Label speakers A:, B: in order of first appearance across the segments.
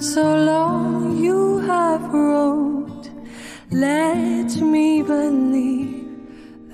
A: so long you have roamed. Let me believe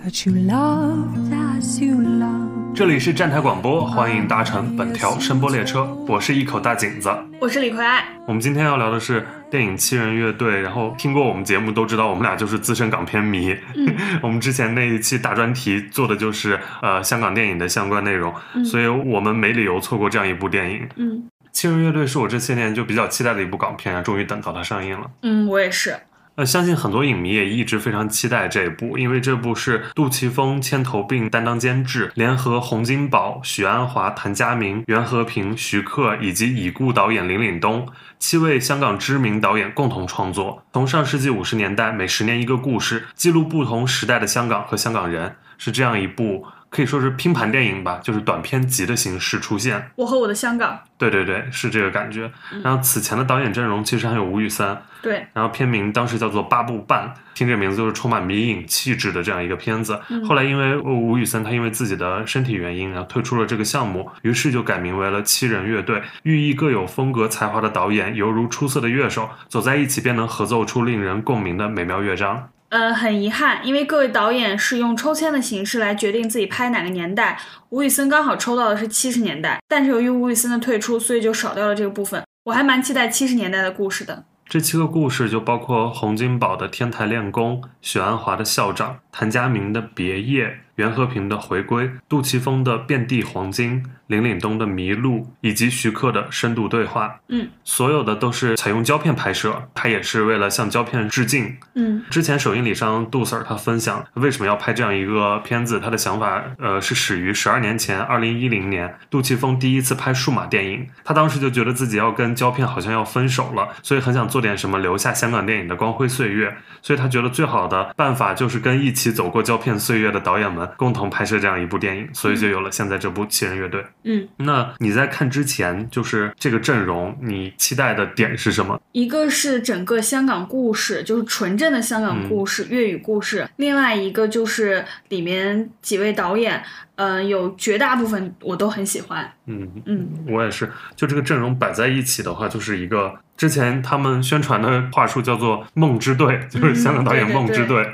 A: that you loved as you loved.
B: 这里是站台广播，欢迎搭乘本条声波列车，我是一口大井子。
C: 我是李逵爱，
B: 我们今天要聊的是电影《七人乐队》，然后听过我们节目都知道，我们俩就是资深港片迷。 我们之前那一期大专题做的就是呃香港电影的相关内容，所以我们没理由错过这样一部电影。
C: 嗯
B: 七人乐队是我这些年就比较期待的一部港片啊，终于等到它上映了。
C: 嗯，我也是，
B: 呃，相信很多影迷也一直非常期待这一部，因为这部是杜琪峰牵头并担当监制，联合洪金宝、许鞍华、谭家明、袁和平、徐克以及已故导演林岭东七位香港知名导演共同创作，从上世纪五十年代每十年一个故事，记录不同时代的香港和香港人，是这样一部可以说是拼盘电影吧，就是短片集的形式出现。
C: 我和我的香港，
B: 对对对，是这个感觉。
C: 嗯
B: 然后此前的导演阵容其实还有吴宇森，
C: 对，
B: 然后片名当时叫做《八部半》，听这名字就是充满迷影气质的这样一个片子。
C: 嗯
B: 后来因为呃吴宇森他因为自己的身体原因，然后退出了这个项目，于是就改名为了七人乐队，寓意各有风格才华的导演犹如出色的乐手，走在一起便能合奏出令人共鸣的美妙乐章。
C: 呃，很遗憾，因为各位导演是用抽签的形式来决定自己拍哪个年代，吴宇森刚好抽到的是七十年代，但是由于吴宇森的退出，所以就少掉了这个部分。我还蛮期待七十年代的故事的。
B: 这七个故事就包括洪金宝的《天台练功》，许鞍华的《校长》，谭家明的《别夜》，袁和平的《回归》，杜琪峰的《遍地黄金》，林岭东的《迷路》，以及徐克的《深度对话》。
C: 嗯
B: 所有的都是采用胶片拍摄，它也是为了向胶片致敬。
C: 嗯
B: 之前首映礼上，杜 Sir 他分享为什么要拍这样一个片子，他的想法呃是始于十二年前，二零一零年杜琪峰第一次拍数码电影，他当时就觉得自己要跟胶片好像要分手了，所以很想做点什么留下香港电影的光辉岁月，所以他觉得最好的办法就是跟一起走过胶片岁月的导演们共同拍摄这样一部电影，所以就有了现在这部《七人乐队》。
C: 嗯，
B: 那你在看之前，就是这个阵容，你期待的点是什么？
C: 一个是整个香港故事，就是纯正的香港故事、粤语故事；另外一个就是里面几位导演，嗯、有绝大部分我都很喜欢。
B: 嗯，
C: 嗯，
B: 我也是。就这个阵容摆在一起的话，就是一个之前他们宣传的话术叫做“梦之队”， 就是香港导演
C: 嗯对对嗯
B: 梦之队，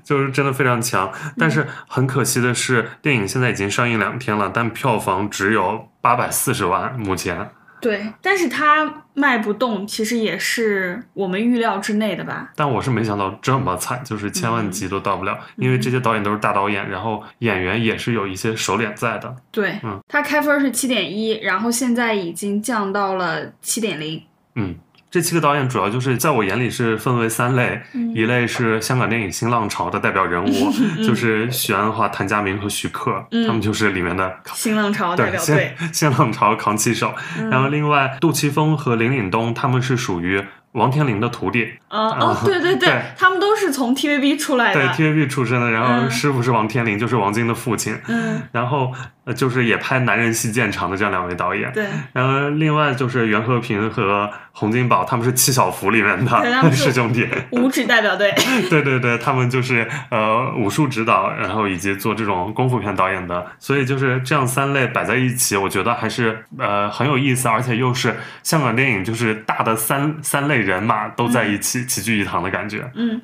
B: 就是真的非常强。但是很可惜的是，电影现在已经上映两天了，但票房只有八百四十万，目前。
C: 对，但是它卖不动，其实也是我们预料之内的吧。
B: 但我是没想到这么惨，就是千
C: 嗯
B: 万级都到不了，因为这些导演都是大导演，然后演员也是有一些熟脸在的。
C: 对，
B: 嗯
C: 它开分是七点一，然后现在已经降到了七点零。
B: 嗯，这七个导演主要就是在我眼里是分为三类，
C: 嗯
B: 一类是香港电影新浪潮的代表人物， 就是许鞍华、谭家明和徐克，
C: 嗯
B: 他们就是里面的。
C: 新浪潮代
B: 对，
C: 表
B: 新
C: 队，嗯
B: 新 浪潮扛旗手，然后另外杜琪峰和林岭东他们是属于王天林的徒弟，
C: 啊
B: 啊
C: 哦，对对 对，
B: 对
C: 他们都是从 TVB 出来
B: 对
C: 的。
B: TVB 出身的，然后
C: 哎嗯
B: 师傅是王天林，就是王晶的父亲，
C: 嗯，
B: 然后呃就是也拍《男人戏见长》的这样两位导演，
C: 对，
B: 然后另外就是袁和平和洪金宝，他们是七小福里面
C: 对他们
B: 的
C: 是
B: 师兄弟，
C: 五指代表队。
B: 对对对，他们就是呃武术指导，然后以及做这种功夫片导演的，所以就是这样三类摆在一起，我觉得还是呃很有意思，而且又是香港电影就是大的三三类人马都在一起、齐聚一堂的感觉。
C: 嗯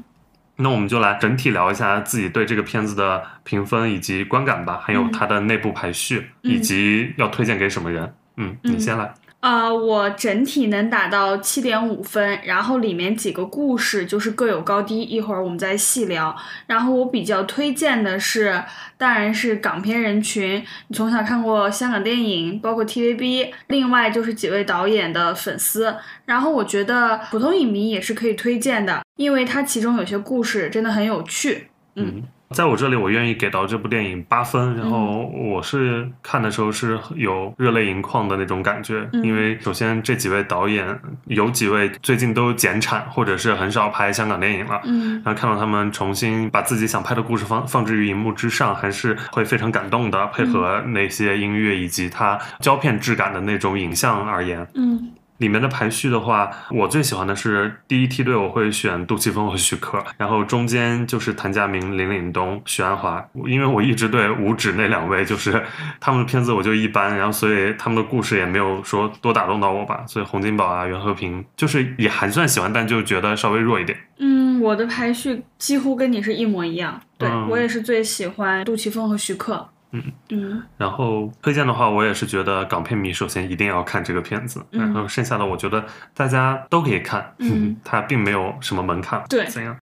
B: 那我们就来整体聊一下自己对这个片子的评分以及观感吧，还有它的内部排序、
C: 嗯
B: 以及要推荐给什么人。嗯，你
C: 嗯
B: 先来。
C: 啊、我整体能打到七点五分，然后里面几个故事就是各有高低，一会儿我们再细聊。然后我比较推荐的是，当然是港片人群，你从小看过香港电影，包括 TVB，另外就是几位导演的粉丝。然后我觉得普通影迷也是可以推荐的，因为它其中有些故事真的很有趣。嗯
B: 在我这里，我愿意给到这部电影八分。然后
C: 嗯
B: 我是看的时候是有热泪盈眶的那种感觉，
C: 嗯
B: 因为首先这几位导演有几位最近都减产或者是很少拍香港电影了。
C: 嗯
B: 然后看到他们重新把自己想拍的故事放放置于荧幕之上，还是会非常感动的。
C: 嗯
B: 配合那些音乐以及它胶片质感的那种影像而言，
C: 嗯
B: 里面的排序的话，我最喜欢的是第一梯队我会选杜琪峰和徐克， 然后中间就是谭家明、林岭东、许鞍华，因为我一直对五指那两位就是他们的片子我就一般，然后所以他们的故事也没有说多打动到我吧，所以洪金宝啊、袁和平就是也还算喜欢，但就觉得稍微弱一点。
C: 嗯，我的排序几乎跟你是一模一样。对、
B: 嗯
C: 我也是最喜欢杜琪峰和徐克。
B: 嗯
C: 嗯，
B: 然后推荐的话，我也是觉得港片迷首先一定要看这个片子，
C: 嗯
B: 然后剩下的我觉得大家都可以看，
C: 嗯
B: 它并没有什么门槛，
C: 对
B: 怎样？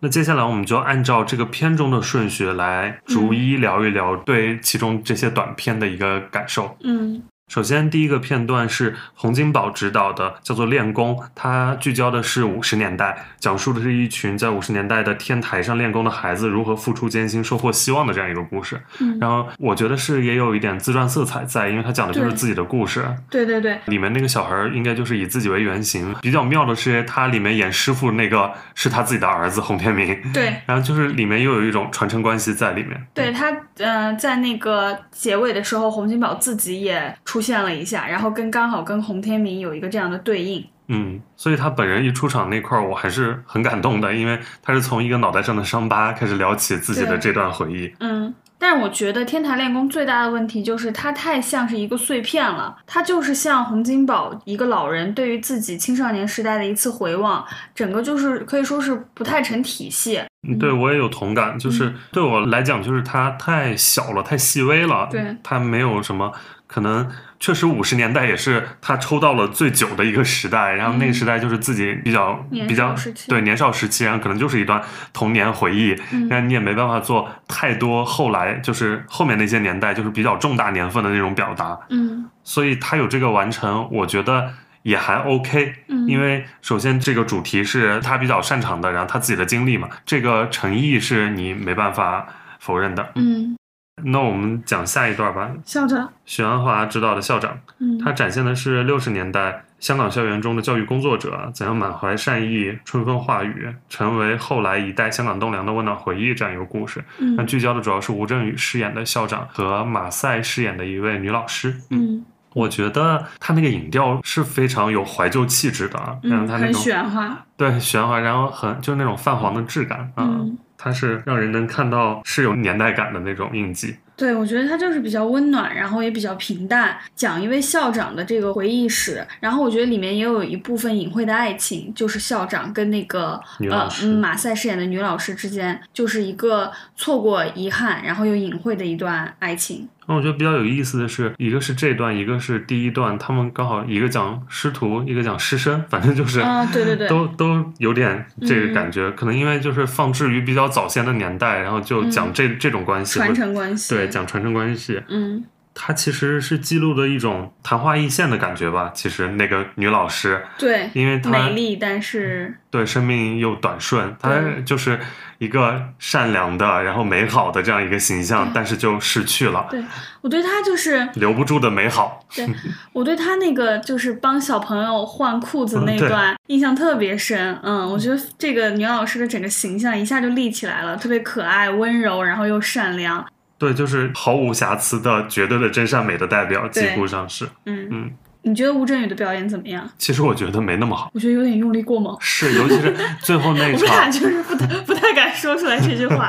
B: 那接下来我们就按照这个片中的顺序来逐一聊一聊对其中这些短片的一个感受。
C: 嗯
B: 首先，第一个片段是洪金宝执导的，叫做《练功》，它聚焦的是五十年代，讲述的是一群在五十年代的天台上练功的孩子如何付出艰辛、收获希望的这样一个故事。
C: 嗯
B: 然后我觉得是也有一点自传色彩在，因为它讲的就是
C: 对
B: 自己的故事。
C: 对对对，
B: 里面那个小孩儿应该就是以自己为原型。比较妙的是，他里面演师傅那个是他自己的儿子洪天明，
C: 对
B: 然后就是里面又有一种传承关系在里面。
C: 对，他呃，在那个结尾的时候，洪金宝自己也出现了一下，然后跟刚好跟洪天明有一个这样的对应。
B: 嗯，所以他本人一出场那块儿，我还是很感动的，因为他是从一个脑袋上的伤疤开始聊起自己的
C: 对
B: 这段回忆。
C: 嗯，但是我觉得《天台练功》最大的问题就是它太像是一个碎片了，它就是像洪金宝一个老人对于自己青少年时代的一次回望，整个就是可以说是不太成体系。
B: 嗯对我也有同感，就是
C: 嗯
B: 对我来讲，就是他太小了，太细微了，
C: 对
B: 他没有什么可能。确实，五十年代也是他抽到了最久的一个时代，然后那个
C: 嗯
B: 时代就是自己比较、
C: 年
B: 比较
C: 少时期
B: 对年少时期，然后可能就是一段童年回忆，
C: 嗯
B: 但你也没办法做太多后来就是后面那些年代就是比较重大年份的那种表达，
C: 嗯
B: 所以他有这个完成，我觉得也还 OK。
C: 嗯，
B: 因为首先这个主题是他比较擅长的，然后他自己的经历嘛，这个诚意是你没办法否认的。
C: 嗯，
B: 那我们讲下一段吧。
C: 校长，
B: 许鞍华执导的校长，
C: 嗯，
B: 他展现的是六十年代香港校园中的教育工作者怎样满怀善意、春风化雨，成为后来一代香港栋梁的温暖回忆这样一个故事。那
C: 嗯
B: 聚焦的主要是吴镇宇饰演的校长和马赛饰演的一位女老师。
C: 嗯
B: 我觉得他那个影调是非常有怀旧气质的啊，然后
C: 嗯，
B: 他那
C: 很
B: 种、
C: 玄化，
B: 对玄幻，然后很就是那种泛黄的质感啊，
C: 嗯，
B: 它是让人能看到是有年代感的那种印记。
C: 对，我觉得他就是比较温暖，然后也比较平淡，讲一位校长的这个回忆史。然后我觉得里面也有一部分隐晦的爱情，就是校长跟那个
B: 女老
C: 呃
B: 师
C: 嗯马赛饰演的女老师之间，就是一个错过遗憾，然后又隐晦的一段爱情。
B: 那我觉得比较有意思的是，一个是这段，一个是第一段，他们刚好一个讲师徒，一个讲师生，反正就是。
C: 啊，对对对，
B: 都都有点这
C: 嗯
B: 个感觉，可能因为就是放置于比较早先的年代，然后就讲这、这种关系，
C: 嗯传承关系。
B: 对讲传承关系，
C: 嗯
B: 它其实是记录的一种昙花一现的感觉吧。其实那个女老师，
C: 对，
B: 因为她嗯
C: 美丽，但是
B: 对生命又短顺，她
C: 对
B: 就是一个善良的，然后美好的这样一个形象
C: 对，
B: 但是就逝去了，
C: 对我对他就是
B: 留不住的美好。
C: 对我对他那个就是帮小朋友换裤子那
B: 嗯对
C: 段印象特别深，嗯，我觉得这个女老师的整个形象一下就立起来了，特别可爱、温柔，然后又善良，
B: 对，就是毫无瑕疵的、绝对的真善美的代表，几
C: 对
B: 乎上是。
C: 嗯
B: 嗯，
C: 你觉得吴镇宇的表演怎么样？
B: 其实我觉得没那么好，
C: 我觉得有点用力过猛。
B: 是，尤其 是最后那
C: 我们俩
B: 场，
C: 就是不 太不太敢说出来这句话，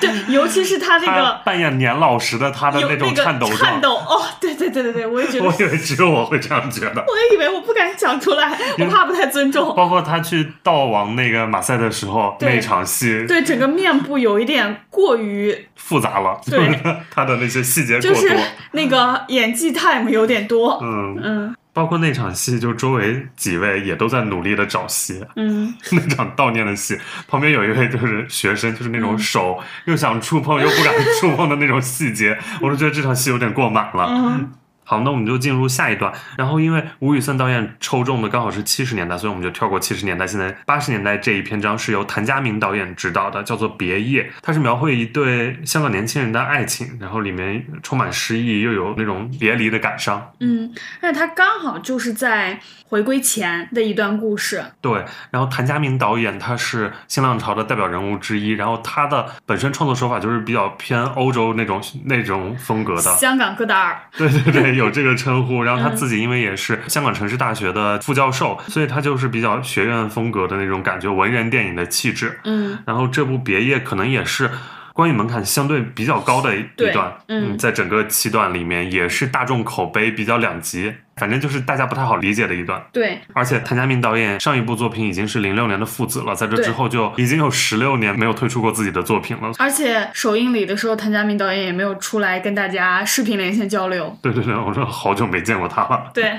C: 对，尤其是他那
B: 他
C: 个
B: 扮演年老时的他的
C: 有那
B: 种
C: 个
B: 颤抖状
C: 颤，抖哦，对对对对对，我也觉得，
B: 我
C: 我
B: 以为只有我会这样觉得。
C: 也以为我不敢讲出来，我怕不太尊 重，
B: 包括他去悼亡那个马赛的时候，
C: 对
B: 那一场戏
C: 对，整个面部有一点过于
B: 复杂了，就
C: 对
B: 是 他的那些细节过
C: 就
B: 多。
C: 是那个演技 time 有点多。
B: 嗯，
C: 嗯
B: 包括那场戏，就周围几位也都在努力的找戏。
C: 嗯，
B: 那场悼念的戏，旁边有一位就是学生，就是那
C: 嗯
B: 种手又想触碰又不敢触碰的那种细节，我是觉得这场戏有点过满了。
C: 嗯
B: 好，那我们就进入下一段。然后，因为吴宇森导演抽中的刚好是七十年代，所以我们就跳过七十年代。现在八十年代这一篇章是由谭家明导演执导的，叫做《别夜》，它是描绘一对香港年轻人的爱情，然后里面充满诗意，又有那种别离的感伤。
C: 嗯，那他刚好就是在回归前的一段故事。
B: 对，然后谭家明导演他是新浪潮的代表人物之一，然后他的本身创作手法就是比较偏欧洲那种那种风格的，
C: 香港戈达尔，
B: 对对对， 对，有这个称呼。然后他
C: 嗯
B: 自己因为也是香港城市大学的副教授，所以他就是比较学院风格的那种感觉，文人电影的气质。
C: 嗯，
B: 然后这部《别夜》可能也是观影门槛相对比较高的一
C: 对
B: 段，
C: 嗯
B: 在整个七段里面也是大众口碑比较两极，反正就是大家不太好理解的一段。
C: 对，
B: 而且谭家明导演上一部作品已经是零六年的《父子》了，在这
C: 对
B: 之后就已经有十六年没有推出过自己的作品了。
C: 而且首映礼的时候，谭家明导演也没有出来跟大家视频连线交流。
B: 对对对，我说好久没见过他了。
C: 对，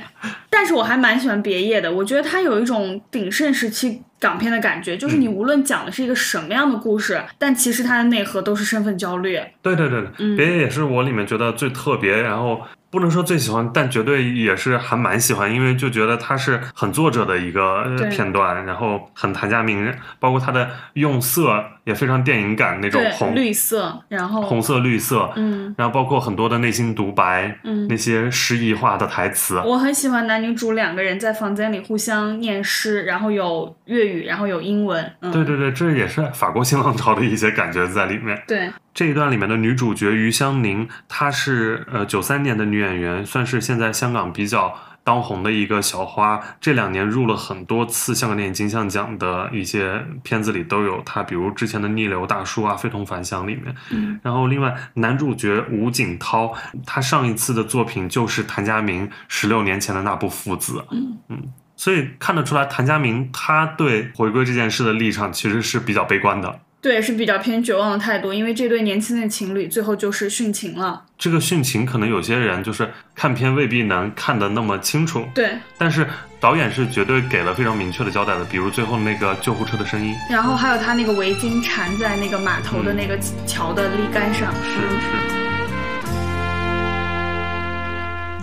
C: 但是我还蛮喜欢别夜的，我觉得它有一种鼎盛时期港片的感觉，就是
B: 嗯
C: 你无论讲的是一个什么样的故事，但其实它的内核都是身份焦虑。
B: 对对对对，
C: 嗯
B: 别野也是我里面觉得最特别，然后不能说最喜欢，但绝对也是还蛮喜欢，因为就觉得它是很作者的一个呃
C: 对
B: 片段，然后很谭家明，包括它的用色也非常电影感，那种
C: 对，
B: 红
C: 绿色，然后
B: 红色绿色，
C: 嗯
B: 然后包括很多的内心独白，
C: 嗯哦
B: 那些诗意化的台词，
C: 我很喜欢男女主两个人在房间里互相念诗，然后有粤语，然后有英文。嗯，
B: 对对对，这也是法国新浪潮的一些感觉在里面。
C: 对
B: 这一段里面的女主角于香凝，她是呃九三年的女演员，算是现在香港比较当红的一个小花。这两年入了很多次香港电影金像奖的一些片子里都有她，比如之前的《逆流大叔》啊，《非同凡响》里面。
C: 嗯、
B: 然后另外男主角吴景涛，他上一次的作品就是谭家明十六年前的那部《父子》。
C: 嗯
B: 所以看得出来，谭家明他对回归这件事的立场其实是比较悲观的。
C: 对，是比较偏绝望的态度，因为这对年轻的情侣最后就是殉情了。
B: 这个殉情，可能有些人就是看片未必能看得那么清楚，
C: 对，
B: 但是导演是绝对给了非常明确的交代的，比如最后那个救护车的声音，
C: 然后还有他那个围巾缠在那个码头的那个桥的桅杆上。
B: 是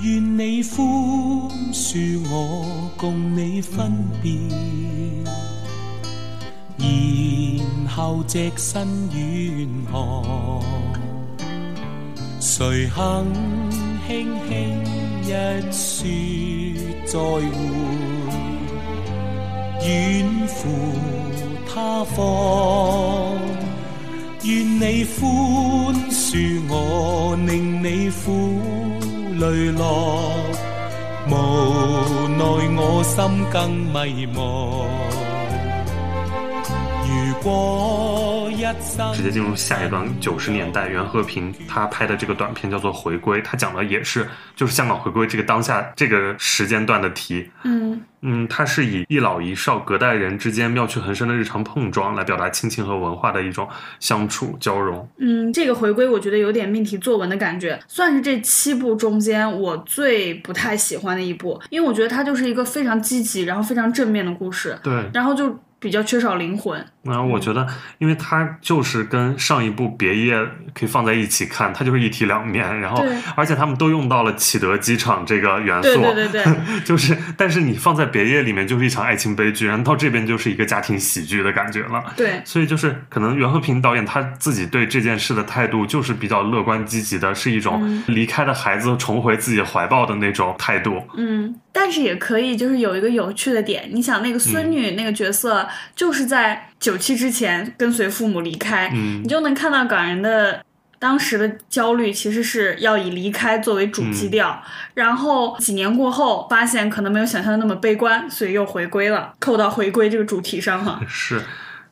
B: 是，
D: 愿你宽恕我，共你分别。然后隻身远航，谁肯轻轻一说再会？远赴他方，愿你宽恕我，令你苦泪落。无奈我心更迷茫。如果一生
B: 直接进入下一段。九十年代，袁和平他拍的这个短片叫做《回归》，他讲的也是就是香港回归这个当下这个时间段的题，
C: 嗯
B: 嗯，它是以一老一少隔代人之间妙趣横生的日常碰撞来表达亲情和文化的一种相处交融。
C: 嗯，这个回归我觉得有点命题作文的感觉，算是这七部中间我最不太喜欢的一部，因为我觉得它就是一个非常积极，然后非常正面的故事，
B: 对，
C: 然后就比较缺少灵魂。
B: 然后我觉得，因为它就是跟上一部《别夜》可以放在一起看，它就是一体两面。然后
C: 对，
B: 而且他们都用到了启德机场这个元素，
C: 对对对对，
B: 就是，但是你放在《别夜》里面就是一场爱情悲剧，然后到这边就是一个家庭喜剧的感觉了。
C: 对，
B: 所以就是，可能袁和平导演他自己对这件事的态度就是比较乐观积极的，是一
C: 嗯
B: 种离开的孩子重回自己怀抱的那种态度。
C: 嗯，但是也可以，就是有一个有趣的点。你想，那个孙女那个角色，就是在九七之前跟随父母离开，
B: 嗯
C: 你就能看到港人的当时的焦虑，其实是要以离开作为主基调。然后几年过后，发现可能没有想象的那么悲观，所以又回归了，扣到回归这个主题上哈。
B: 是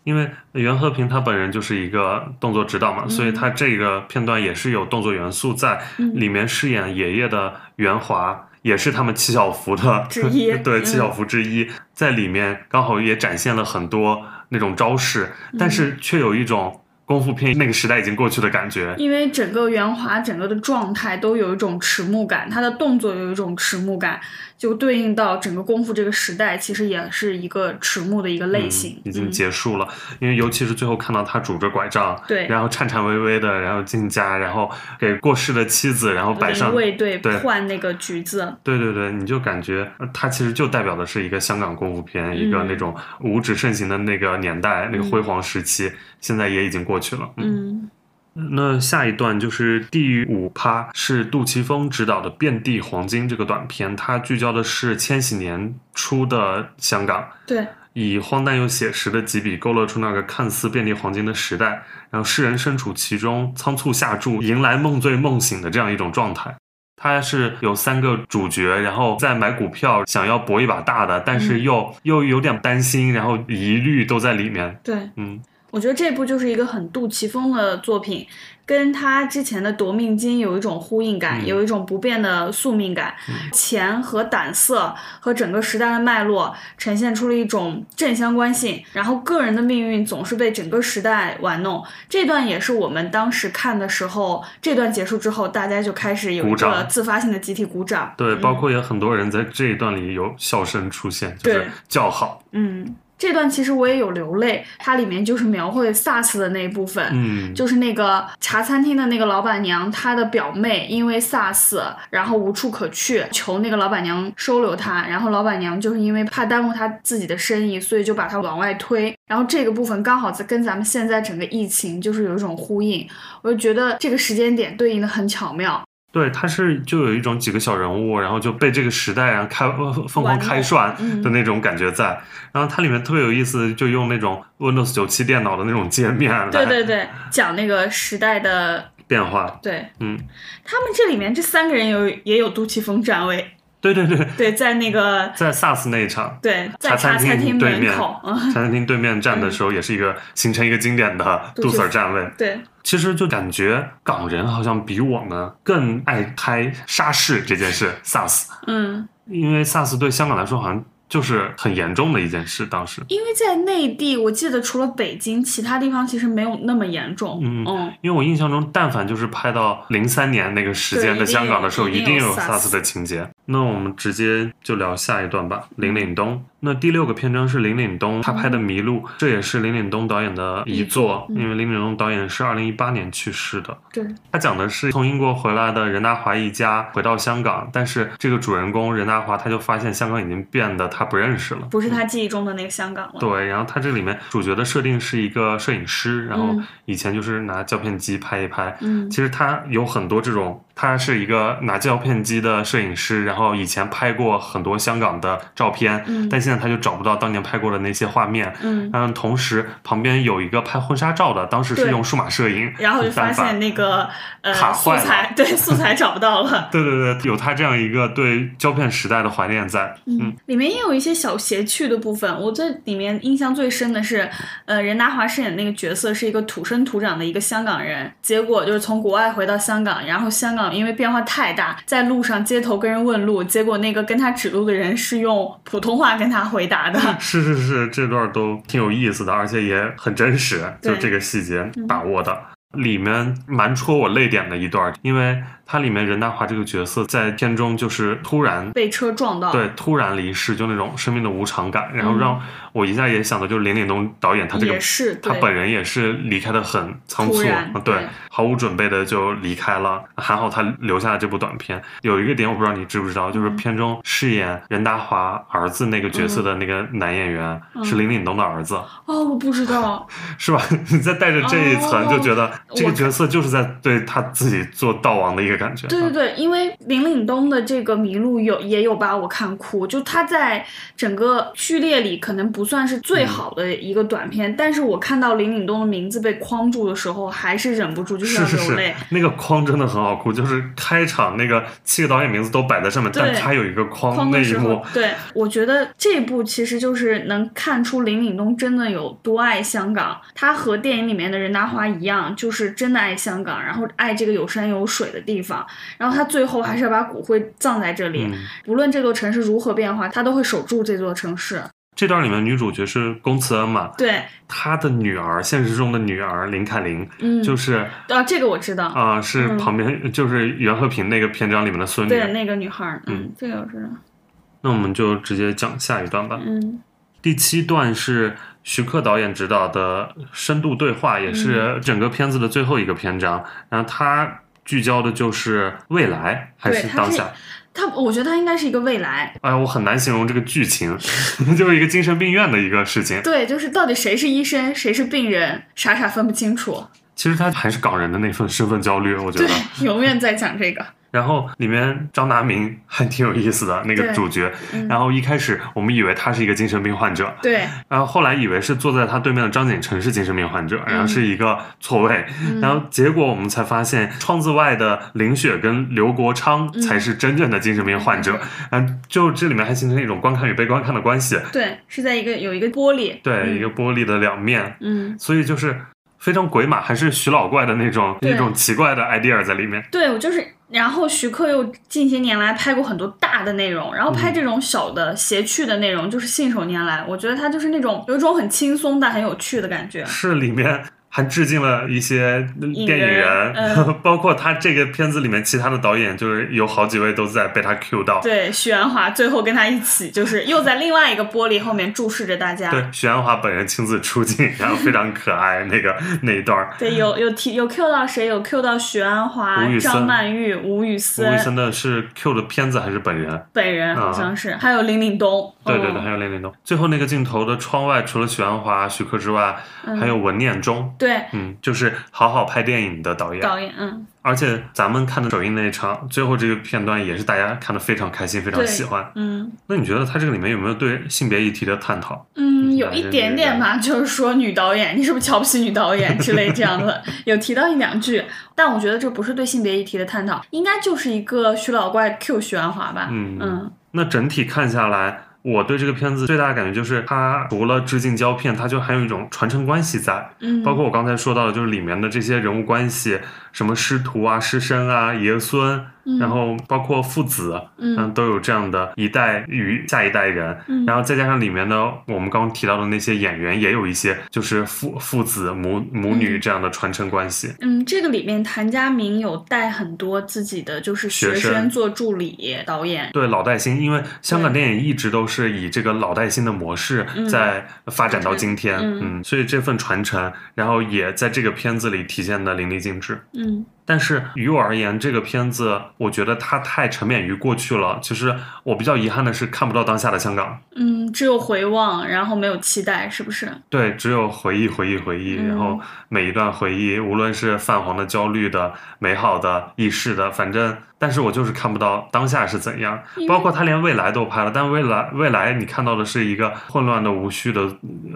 B: 因为袁和平他本人就是一个动作指导嘛，所以
C: 嗯
B: 他这个片段也是有动作元素在、里面。饰演爷爷的袁华也是他们七小福的
C: 之一
B: 对
C: 嗯
B: 七小福之一，在里面刚好也展现了很多那种招式，但
C: 嗯
B: 是却有一种功夫片那个时代已经过去的感觉。
C: 因为整个袁华整个的状态都有一种迟暮感，他的动作有一种迟暮感，就对应到整个功夫这个时代，其实也是一个迟暮的一个类型
B: 嗯。已经
C: 嗯
B: 结束了，因为尤其是最后看到他拄着拐杖，
C: 对
B: 然后颤颤巍巍的，然后进家，然后给过世的妻子，然后摆上
C: 临卫队
B: 对
C: 换那个橘子，
B: 对对对，你就感觉呃它其实就代表的是一个香港功夫片，一个那种五指盛行的那个年代，那个辉煌时期，现在也已经过去了。
C: 嗯
B: 那下一段就是第五趴，是杜琪峰执导的《遍地黄金》这个短片，它聚焦的是千禧年初的香港，
C: 对，
B: 以荒诞又写实的几笔勾勒出那个看似遍地黄金的时代，然后世人身处其中，仓促下注，迎来梦醉梦醒的这样一种状态。它是有三个主角，然后在买股票，想要搏一把大的，但
C: 嗯
B: 是又、又有点担心，然后疑虑都在里面。
C: 对，
B: 嗯，
C: 我觉得这部就是一个很杜琪峰的作品，跟他之前的《夺命金》有一种呼应感，
B: 嗯
C: 有一种不变的宿命感。钱和胆色和整个时代的脉络呈现出了一种正相关性，然后个人的命运总是被整个时代玩弄。这段也是我们当时看的时候，这段结束之后，大家就开始有一
B: 鼓掌
C: 个自发性的集体鼓掌。
B: 对，
C: 嗯
B: 包括也很多人在这一段里有笑声出现，就是
C: 对
B: 叫好。
C: 嗯，这段其实我也有流泪，它里面就是描绘萨斯的那一部分。
B: 嗯，
C: 就是那个茶餐厅的那个老板娘，她的表妹因为 SARS，然后无处可去，求那个老板娘收留她。然后老板娘就是因为怕耽误她自己的生意，所以就把她往外推。然后这个部分刚好在跟咱们现在整个疫情就是有一种呼应，我就觉得这个时间点对应的很巧妙。
B: 对，他是就有一种几个小人物，然后就被这个时代啊开呃疯狂
C: 玩弄
B: 开涮
C: 嗯
B: 的那种感觉在。然后它里面特别有意思，就用那种 Windows 九七电脑的那种界面来
C: 对对对， 讲那个时代的
B: 变化。
C: 对
B: 嗯，
C: 他们这里面这三个人有也有杜琪峰站位，
B: 对对对，
C: 对，在那个
B: 在 SARS 那一 场。
C: 对在
B: 茶
C: 茶
B: 餐
C: 餐厅
B: 对
C: 门
B: 面，
C: 口，嗯，
B: 茶餐厅对面站的时候，也是一个形成一个经典的
C: 杜
B: 杜
C: 琪
B: Sir
C: 峰
B: 站位。
C: 嗯对。
B: 其实就感觉港人好像比我们更爱拍沙士这件事，SARS，
C: 嗯，
B: 因为 SARS 对香港来说好像就是很严重的一件事，当时。
C: 因为在内地，我记得除了北京，其他地方其实没有那么严重。
B: 嗯因为我印象中，但凡就是拍到零三年那个时间
C: 对
B: 的
C: 一定
B: 香港的时候，
C: 一定
B: 一定有
C: 有
B: SARS
C: SARS
B: 的情节。那我们直接就聊下一段吧，林岭东。那第六个篇章是林岭东他拍的《麋鹿》，
C: 嗯
B: 这也是林岭东导演的遗作，因为林岭东导演是二零一八年去世的。
C: 对，
B: 他讲的是从英国回来的任达华一家回到香港，但是这个主人公任达华他就发现香港已经变得他不认识了。
C: 不是他记忆中的那个香港了。
B: 对，然后他这里面主角的设定是一个摄影师，然后
C: 嗯
B: 以前就是拿胶片机拍一拍。
C: 嗯
B: 其实他有很多这种，他是一个拿胶片机的摄影师，然后以前拍过很多香港的照片，
C: 嗯
B: 但现在他就找不到当年拍过的那些画面。
C: 嗯，
B: 嗯，同时旁边有一个拍婚纱照的，当时是
C: 对
B: 用数码摄影，
C: 然后就
B: 很
C: 发
B: 单反
C: 现那个呃
B: 卡
C: 素
B: 坏了
C: 材， 对素材找不到了。
B: 对对对，有他这样一个对胶片时代的怀念在。嗯，
C: 里面也有一些小谐趣的部分。我对里面印象最深的是，呃，任达华饰演的那个角色是一个土生土长的一个香港人，结果就是从国外回到香港，然后香港因为变化太大，在路上街头跟人问路，结果那个跟他指路的人是用普通话跟他回答的。
B: 是是是，这段都挺有意思的，而且也很真实，就
C: 对嗯
B: 这个细节把握的。里面蛮戳我泪点的一段，因为它里面任达华这个角色在片中就是突然
C: 被车撞到，
B: 对，突然离世，就那种生命的无常感，然后
C: 啊嗯
B: 让我一下也想到，就是林岭东导演他这个
C: 也是
B: 他
C: 对
B: 本人也是离开的很仓促，
C: 突然
B: 嗯
C: 对
B: 毫无准备的就离开了，还好他留下了这部短片。有一个点我不知道你知不知道，
C: 嗯
B: 就是片中饰演任达华儿子那个角色
C: 嗯
B: 的那个男演员、是林岭东的儿子，
C: 哦，我不 知道，
B: 是吧？你再带着这一层，
C: 哦
B: 就觉得这个
C: 我
B: 角色就是在对他自己做悼亡的一个感觉。
C: 对对对，因为林岭东的这个《麋鹿》有也有把我看哭，就他在整个序列里可能不算是
B: 嗯
C: 最好的一个短片，但是我看到林岭东的名字被框住的时候，还是忍不住就是
B: 是
C: 要
B: 是
C: 流
B: 是
C: 泪。，
B: 那个框真的很好哭，就是开场那个七个导演名字都摆在上面，
C: 对
B: 但他有一个
C: 框
B: 框那
C: 的
B: 一
C: 时候
B: 幕，，
C: 对我觉得这部其实就是能看出林岭东真的有多爱香港。他和电影里面的任达华一样，就是真的爱香港，然后爱这个有山有水的地方。然后他最后还是要把骨灰葬在这里，
B: 嗯
C: 不论这座城市如何变化，他都会守住这座城市。
B: 这段里面女主角是龚慈恩嘛，
C: 对，
B: 她的女儿，现实中的女儿林凯琳，
C: 嗯，
B: 就是
C: 啊，这个我知道，
B: 啊、是
C: 嗯
B: 旁边就是袁和平那个篇章里面的孙女。
C: 对那个女孩儿，嗯，这个我知道，
B: 那我们就直接讲下一段吧。
C: 嗯
B: 第七段是徐克导演执导的《深度对话》，也是
C: 嗯
B: 整个片子的最后一个篇章。然后他聚焦的就是未来还
C: 对
B: 是
C: 它
B: 当
C: 是
B: 下？
C: 他我觉得他应该是一个未来，
B: 哎，我很难形容这个剧情， 就是一个精神病院的一个事情。
C: 对，就是到底谁是医生，谁是病人，傻傻分不清楚，
B: 其实他还是港人的那份身份焦虑，我觉
C: 对
B: 得。，
C: 永远在讲这个，
B: 然后里面张达明还挺有意思的那个
C: 对
B: 主角，
C: 嗯
B: 然后一开始我们以为他是一个精神病患者，
C: 对，
B: 然后后来以为是坐在他对面的张景成是精神病患者，
C: 嗯
B: 然后是一个错位，然后结果我们才发现窗子外的林雪跟刘国昌
C: 嗯
B: 才是真正的精神病患者，然后就这里面还形成一种观看与被观看的关系，
C: 对，是在一个有一个玻璃，
B: 对、
C: 嗯
B: 一个玻璃的两面，
C: 嗯，
B: 所以就是非常鬼马，还是徐老怪的那种
C: 对
B: 那种奇怪的 idea 在里面。
C: 对我就是。然后徐克又近些年来拍过很多大的内容，然后
B: 嗯
C: 拍这种小的谐趣的内容就是信手拈来。我觉得他就是那种有一种很轻松但很有趣的感觉。
B: 是里面还致敬了一些
C: 影
B: 电影人，
C: 人嗯
B: 包括他这个片子里面其他的导演，就是有好几位都在被他 cue 到。
C: 对，许鞍华最后跟他一起，就是又在另外一个玻璃后面注视着大家。
B: 对，许鞍华本人亲自出镜，然后非常可爱那个那一段儿。
C: 对，有有提有 Q 到谁？有 Q 到许鞍华
B: 吴宇、森
C: 张曼玉、吴宇
B: 吴
C: 森
B: 宇森的是 Q 的片子还是本人？
C: 本人，
B: 啊
C: 好像是，还有林岭东。
B: 对对对，
C: 嗯
B: 还有林岭东。最后那个镜头的窗外，除了许鞍华、徐克之外，
C: 嗯
B: 还有文念中，
C: 对，
B: 嗯，就是好好拍电影的导演。
C: 导演，嗯，
B: 而且咱们看的首映那一场，最后这个片段也是大家看的非常开心，非常
C: 对
B: 喜欢。
C: 嗯
B: 那你觉得它这个里面有没有对性别议题的探讨？
C: 嗯，
B: 嗯
C: 有一点点吧，就是说女导演，你是不是瞧不起女导演之类这样的，有提到一两句，但我觉得这不是对性别议题的探讨，应该就是一个徐老怪 Q 许鞍华吧，
B: 嗯
C: 嗯
B: 那整体看下来，我对这个片子最大的感觉就是，它除了致敬胶片，它就还有一种传承关系在。
C: 嗯，
B: 包括我刚才说到的，就是里面的这些人物关系，什么师徒啊、师生啊、爷孙，
C: 嗯
B: 然后包括父子，
C: 嗯
B: 都有这样的一代与下一代人。
C: 嗯
B: 然后再加上里面的我们刚刚提到的那些演员，也有一些就是父父子母母女这样的传承关系。
C: 嗯，这个里面谭家明有带很多自己的就是学
B: 学生
C: 生做助理导演，
B: 对老带新，因为香港电影一直都是以这个老带新的模式
C: 嗯
B: 在发展到今天，
C: 嗯
B: 所以这份传承，然后也在这个片子里体现的淋漓尽致。
C: 嗯
B: 但是于我而言，这个片子我觉得它太沉湎于过去了。其实我比较遗憾的是看不到当下的香港，
C: 嗯，只有回望，然后没有期待，是不是？
B: 对，只有回忆，回忆，回忆。
C: 嗯
B: 然后每一段回忆，无论是泛黄的、焦虑的、美好的、易逝的，反正，但是我就是看不到当下是怎样
C: 因。为
B: 包括他连未来都拍了，但未来未来你看到的是一个混乱的、无序的，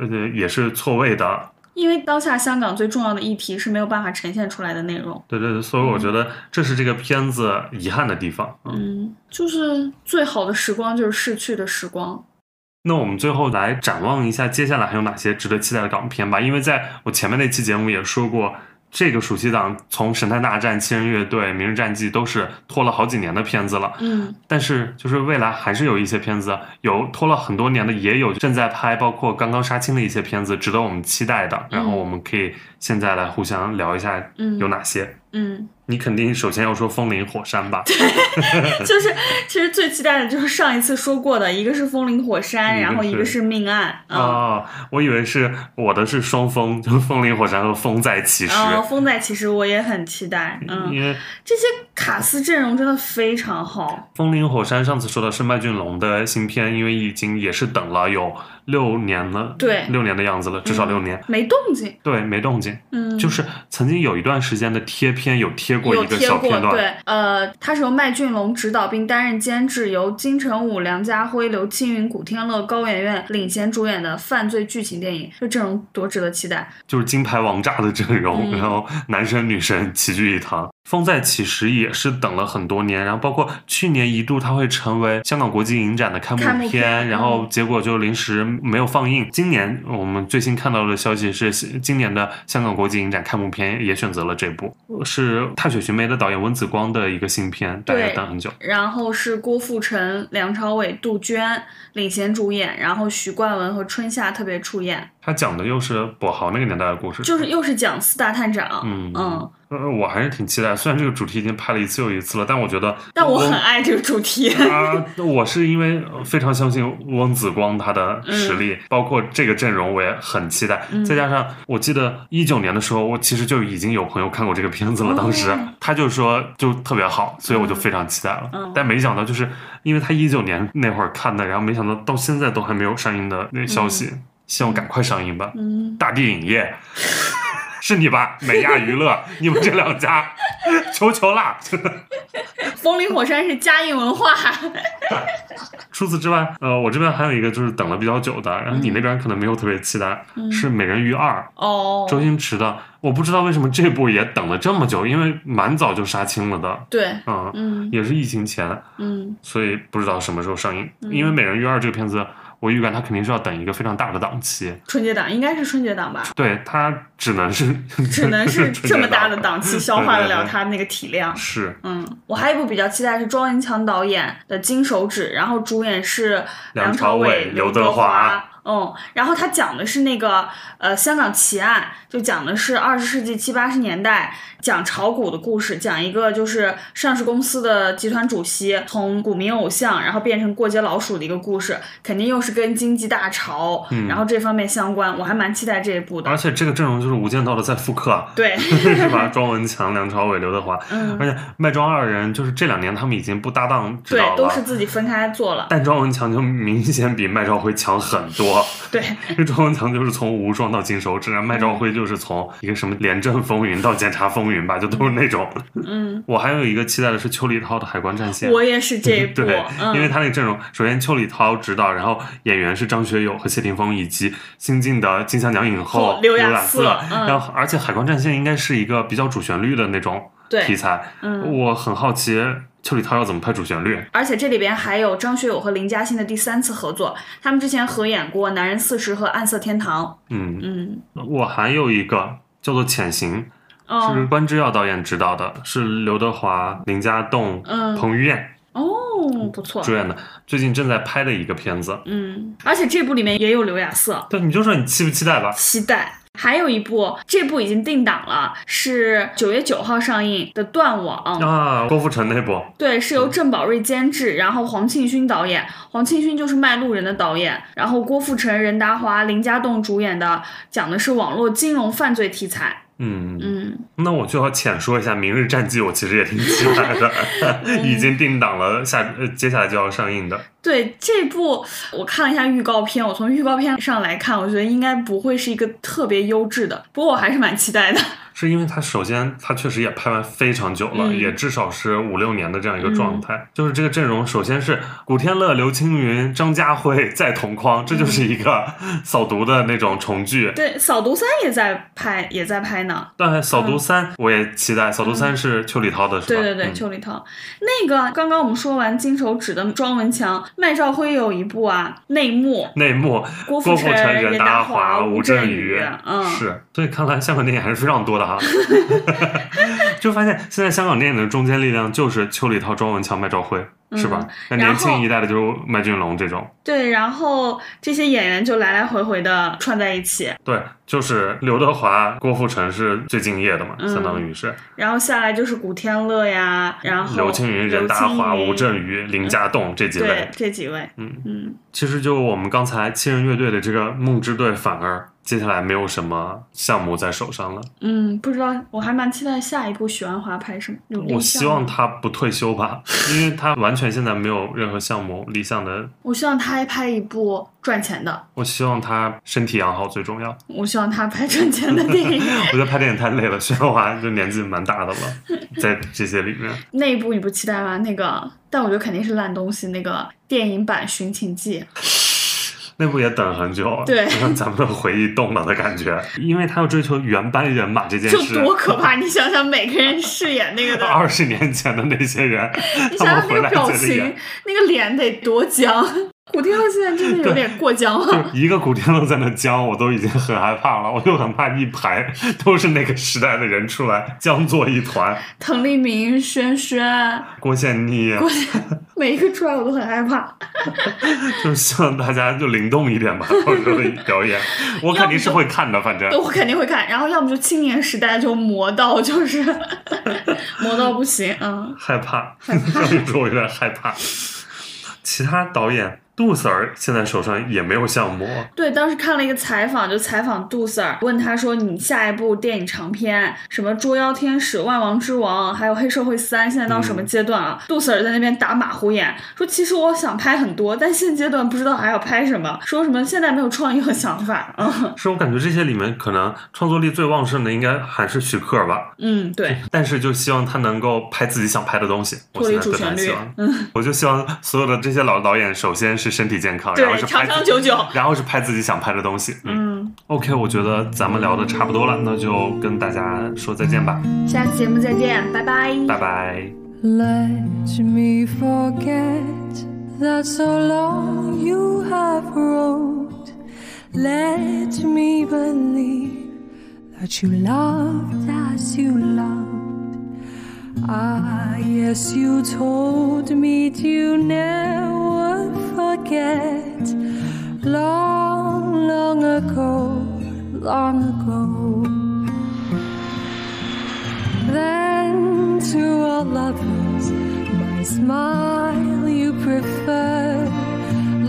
B: 呃，也是错位的。
C: 因为当下香港最重要的议题是没有办法呈现出来的内容。
B: 对对对，所以我觉得这是这个片子遗憾的地方。嗯
C: 嗯，就是最好的时光就是逝去的时光。
B: 那我们最后来展望一下，接下来还有哪些值得期待的港片吧？因为在我前面那期节目也说过，这个暑期档从《神探大战》《七人乐队》《明日战记》都是拖了好几年的片子了。
C: 嗯
B: 但是就是未来还是有一些片子有拖了很多年的，也有正在拍，包括刚刚杀青的一些片子，值得我们期待的。然后我们可以现在来互相聊一下
C: 嗯
B: 有哪些。
C: 嗯，
B: 你肯定首先要说《风林火山》 吧？
C: 就是其实最期待的就是上一次说过的，一个是《风林火山》，
B: 一个
C: 然后一个
B: 是
C: 是《命案》啊。
B: 哦，我以为是我的是双峰，就是《风林火山》和《风再起时》
C: 然后《哦风再起时》我也很期待，嗯，
B: 因为《
C: 这些卡司阵容真的非常好，
B: 风林火山》上次说的是麦浚龙的新片，因为已经也是等了有六年了，
C: 对
B: 六年的样子了，至少六年。
C: 没动静，
B: 对，没动静，
C: 嗯，
B: 就是曾经有一段时间的贴片有贴过一
C: 有
B: 个
C: 贴
B: 小
C: 过，
B: 片段，
C: 对，呃，他是由麦浚龙执导并担任监制，由金城武、梁家辉、刘青云、古天乐、高圆圆领衔主演的犯罪剧情电影，这阵容多值得期待！
B: 就是金牌王炸的阵容，
C: 嗯
B: 然后男神女神齐聚一堂。风再起时也是等了很多年，然后包括去年一度它会成为香港国际影展的开幕
C: 开幕片嗯
B: 然后结果就临时没有放映。今年我们最新看到的消息是，今年的香港国际影展开幕片也选择了这部，是《踏雪寻梅》的导演温子光的一个新片，大家
C: 对
B: 等很久。
C: 然后是郭富城、梁朝伟、杜鹃领衔主演，然后许冠文和春夏特别出演，
B: 他讲的又是跛豪那个年代的故事，
C: 就是又是讲四大探长，
B: 嗯
C: 嗯，
B: 呃，我还是挺期待。虽然这个主题已经拍了一次又一次了，但我觉得，
C: 但我很爱这个主题，
B: 啊，我是因为呃非常相信翁子光他的实
C: 嗯
B: 力，包括这个阵容，我也很期待。再加上我记得一九年的时候，我其实就已经有朋友看过这个片子了，
C: 哦
B: 当时他就说就特别好，所以我就非常期待
C: 嗯
B: 了。但没想到就是因为他一九年那会儿看的，然后没想到到现在都还没有上映的那消息，希望赶快上映吧。
C: 嗯，
B: 大地影 业。 是你吧？美亚娱乐，你们这两家，求求啦！
C: 风林火山是嘉应 文化，
B: 除此之外，呃，我这边还有一个就是等了比较久的，然后
C: 嗯
B: 你那边可能没有特别期待，是《美人鱼二》
C: 哦，
B: 周星驰的。我不知道为什么这部也等了这么久，因为蛮早就杀青了的，
C: 对，
B: 嗯，
C: 嗯
B: 也是疫情前，
C: 嗯
B: 所以不知道什么时候上映。因为《美人鱼二》这个片子，我预感它肯定是要等一个非常大的档期，
C: 春节档应该是春节档吧，
B: 对，它只能是
C: 只能
B: 春
C: 是
B: 节嗯
C: 这么大的档期消化得
B: 对对
C: 了
B: 对
C: 它那个体量。
B: 是
C: 嗯，我还有一部比较期待是庄文强导演的《金手指》，然后主演是
B: 梁
C: 梁
B: 朝
C: 朝
B: 伟
C: 伟、
B: 刘德
C: 德
B: 华。
C: 嗯，然后他讲的是那个呃香港奇案，就讲的是二十世纪七八十年代讲炒股的故事，讲一个就是上市公司的集团主席从股民偶像，然后变成过街老鼠的一个故事，肯定又是跟经济大潮、
B: 嗯
C: 然后这方面相关，我还蛮期待这一部的
B: 而。且这个阵容就是《无间道》的在复刻啊，
C: 对，
B: 是吧？庄文强、梁朝伟、刘德华，
C: 嗯
B: 而且麦庄二人就是这两年他们已经不搭档指导
C: 对，都
B: 了
C: 是。自己分开做了。
B: 但庄文强就明显比麦兆辉强很多，
C: 对，
B: 因为庄文强就是从无双到金手指，然后麦兆辉就是从一个什么廉政风云到检察风云吧，就都是那种。
C: 嗯，
B: 我还有一个期待的是邱礼涛的《海关战线》，
C: 我也是这一部，
B: 对，因为
C: 嗯，
B: 他那个阵容，首先邱礼涛执导，然后演员是张学友和谢霆锋，以及新晋的金像奖影后
C: 后刘
B: 雅
C: 雅
B: 瑟
C: 瑟。嗯
B: 然后，而且《海关战线》应该是一个比较主旋律的那种题
C: 对，
B: 材，
C: 嗯。
B: 我很好奇邱礼涛要怎么拍主旋律。
C: 而且这里边还有张学友和林嘉欣的第三次合作，他们之前合演过《男人四十》和《暗色天堂》。
B: 嗯，
C: 嗯，
B: 我还有一个叫做《潜行》，是
C: 哦，
B: 关之耀导演执导的，是刘德华、林家栋、
C: 嗯
B: 彭于晏
C: 哦，不错
B: 主。演的，最近正在拍的一个片子。
C: 嗯，而且这部里面也有刘雅瑟，
B: 对，你就说你期不期待吧。
C: 期待。还有一部，这部已经定档了，是九月九号上映的《断网》。
B: 啊，郭富城那部，
C: 对，是由郑宝瑞监制，然后黄庆勋导演，黄庆勋就是《卖路人》的导演，然后郭富城、任达华、林家栋主演的，讲的是网络金融犯罪题材。
B: 嗯，
C: 嗯，
B: 那我就要浅说一下《明日战记》，我其实也挺期待的，
C: 嗯
B: 已经定档了，下呃接下来就要上映的。
C: 对这部，我看了一下预告片，我从预告片上来看，我觉得应该不会是一个特别优质的，不过我还是蛮期待的。
B: 是因为它首先它确实也拍完非常久了，
C: 嗯
B: 也至少是五六年的这样一个状态。就是这个阵容，首先是古天乐、刘青云、张家辉在同框，这
C: 嗯
B: 就是一个 扫毒的那种重聚。
C: 对，《扫毒三》也在拍，也在拍呢。
B: 但扫毒三我也期待，扫毒三是邱礼涛的是吧？
C: 嗯对对对，
B: 嗯
C: 邱礼涛。那个刚刚我们说完金手指的庄文强，麦兆辉有一部啊，《内幕》。
B: 内幕，
C: 郭
B: 富
C: 富
B: 城、
C: 城
B: 任
C: 任达
B: 华、
C: 华
B: 吴
C: 吴
B: 镇
C: 镇
B: 宇
C: 宇，嗯
B: 是，所以看来香港电影还是非常多 的哈。就发现现在香港电影的中坚力量就是邱礼涛、庄文强、麦兆辉，是吧？那
C: 嗯
B: 年
C: 然后
B: 轻一代的就是麦浚龙这种，
C: 对，然后这些演员就来来回回的串在一起，
B: 对，就是刘德华、郭富城是最敬业的嘛，
C: 嗯
B: 相当于是
C: 然后下来就是古天乐呀，然后
B: 刘青云、任达华、
C: 刘青云
B: 吴镇宇、林家栋这几
C: 对
B: 位。
C: 这几位，
B: 嗯
C: 嗯，
B: 其实就我们刚才七人乐队的这个梦之队，反而接下来没有什么项目在手上了。
C: 嗯，不知道，我还蛮期待下一部许鞍华拍什么。有
B: 我
C: 立嗯项
B: 希望
C: 吗，
B: 他不退休吧，因为他完全现在没有任何项目理想的。
C: 我希望他拍一部赚钱的，
B: 我希望他身体养好最重要。
C: 我希望他拍赚钱的电影。
B: 我觉得拍电影太累了， 薛华就年纪蛮大的了，在这些里面，
C: 那一部你不期待吗？那个，但我觉得肯定是烂东西。那个电影版《寻秦记》，
B: 那部也等很久了，
C: 对
B: 就让咱们的回忆动了的感觉。因为他要追求原班人马这件
C: 就
B: 事，
C: 多可 怕！你想想，每个人饰演那个的，
B: 二十年前的那些人， 啊
C: 你
B: 他
C: 想
B: 们
C: 想
B: 回
C: 那个
B: 来
C: 表
B: 接着
C: 情
B: 演。，
C: 那个脸得多僵。古天乐现在真的有点 过僵
B: 就
C: 了。
B: 一个古天乐在那僵，我都已经很害怕了，我就很怕一排都是那个时代的人出来僵作一 团，
C: 滕丽明、轩轩，
B: 郭羡妮，
C: 每一个出来我都很害怕。
B: 就是希望大家就灵动一点 吧，到时候的表演，我肯定是会看的，反正
C: 对，我肯定会看。然后要么就青年时代就磨到就是 磨到不行，嗯，
B: 害怕，所以说我有点害怕。其他导演杜 Sir 现在手上也没有项目，啊
C: 对，当时看了一个采访，就采访杜 Sir，问他说：“你下一部电影长片，什么《捉妖天使》《万王之王》，还有《黑社会三》，现在到
B: 嗯
C: 什么阶段了？”杜 Sir 在那边打马虎眼，说：“其实我想拍很多，但现阶段不知道还要拍什么，说什么现在没有创意和想法。”嗯
B: 是我感觉这些里面可能创作力最旺盛的应该还是徐克吧，
C: 嗯，对，
B: 但是就希望他能够拍自己想拍的东西。我
C: 脱离
B: 现在
C: 主
B: 对他
C: 旋
B: 的
C: 律嗯
B: 希望，我就希望所有的这些老导演，首先是身体健康，然后
C: 对，
B: 是
C: 长
B: 拍
C: 长
B: 自己
C: 久久。
B: 然后是拍自己想拍的东西。嗯
C: 嗯，
B: ，OK，我觉得咱们聊的差不多了，那就跟大家说再见吧，
C: 下期节目再见，拜拜。
B: 拜拜。
A: Let me forget that so long you have roamed. Let me believe that you loved as you loved. Ah, yes, you told me you never forget. Long, long ago, long ago then to all lovers my smile you prefer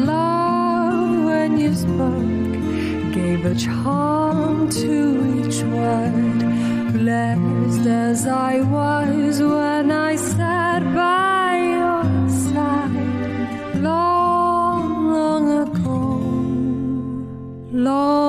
A: love when you spoke gave a charm to each word blessed as i was when i sat by your side long long ago long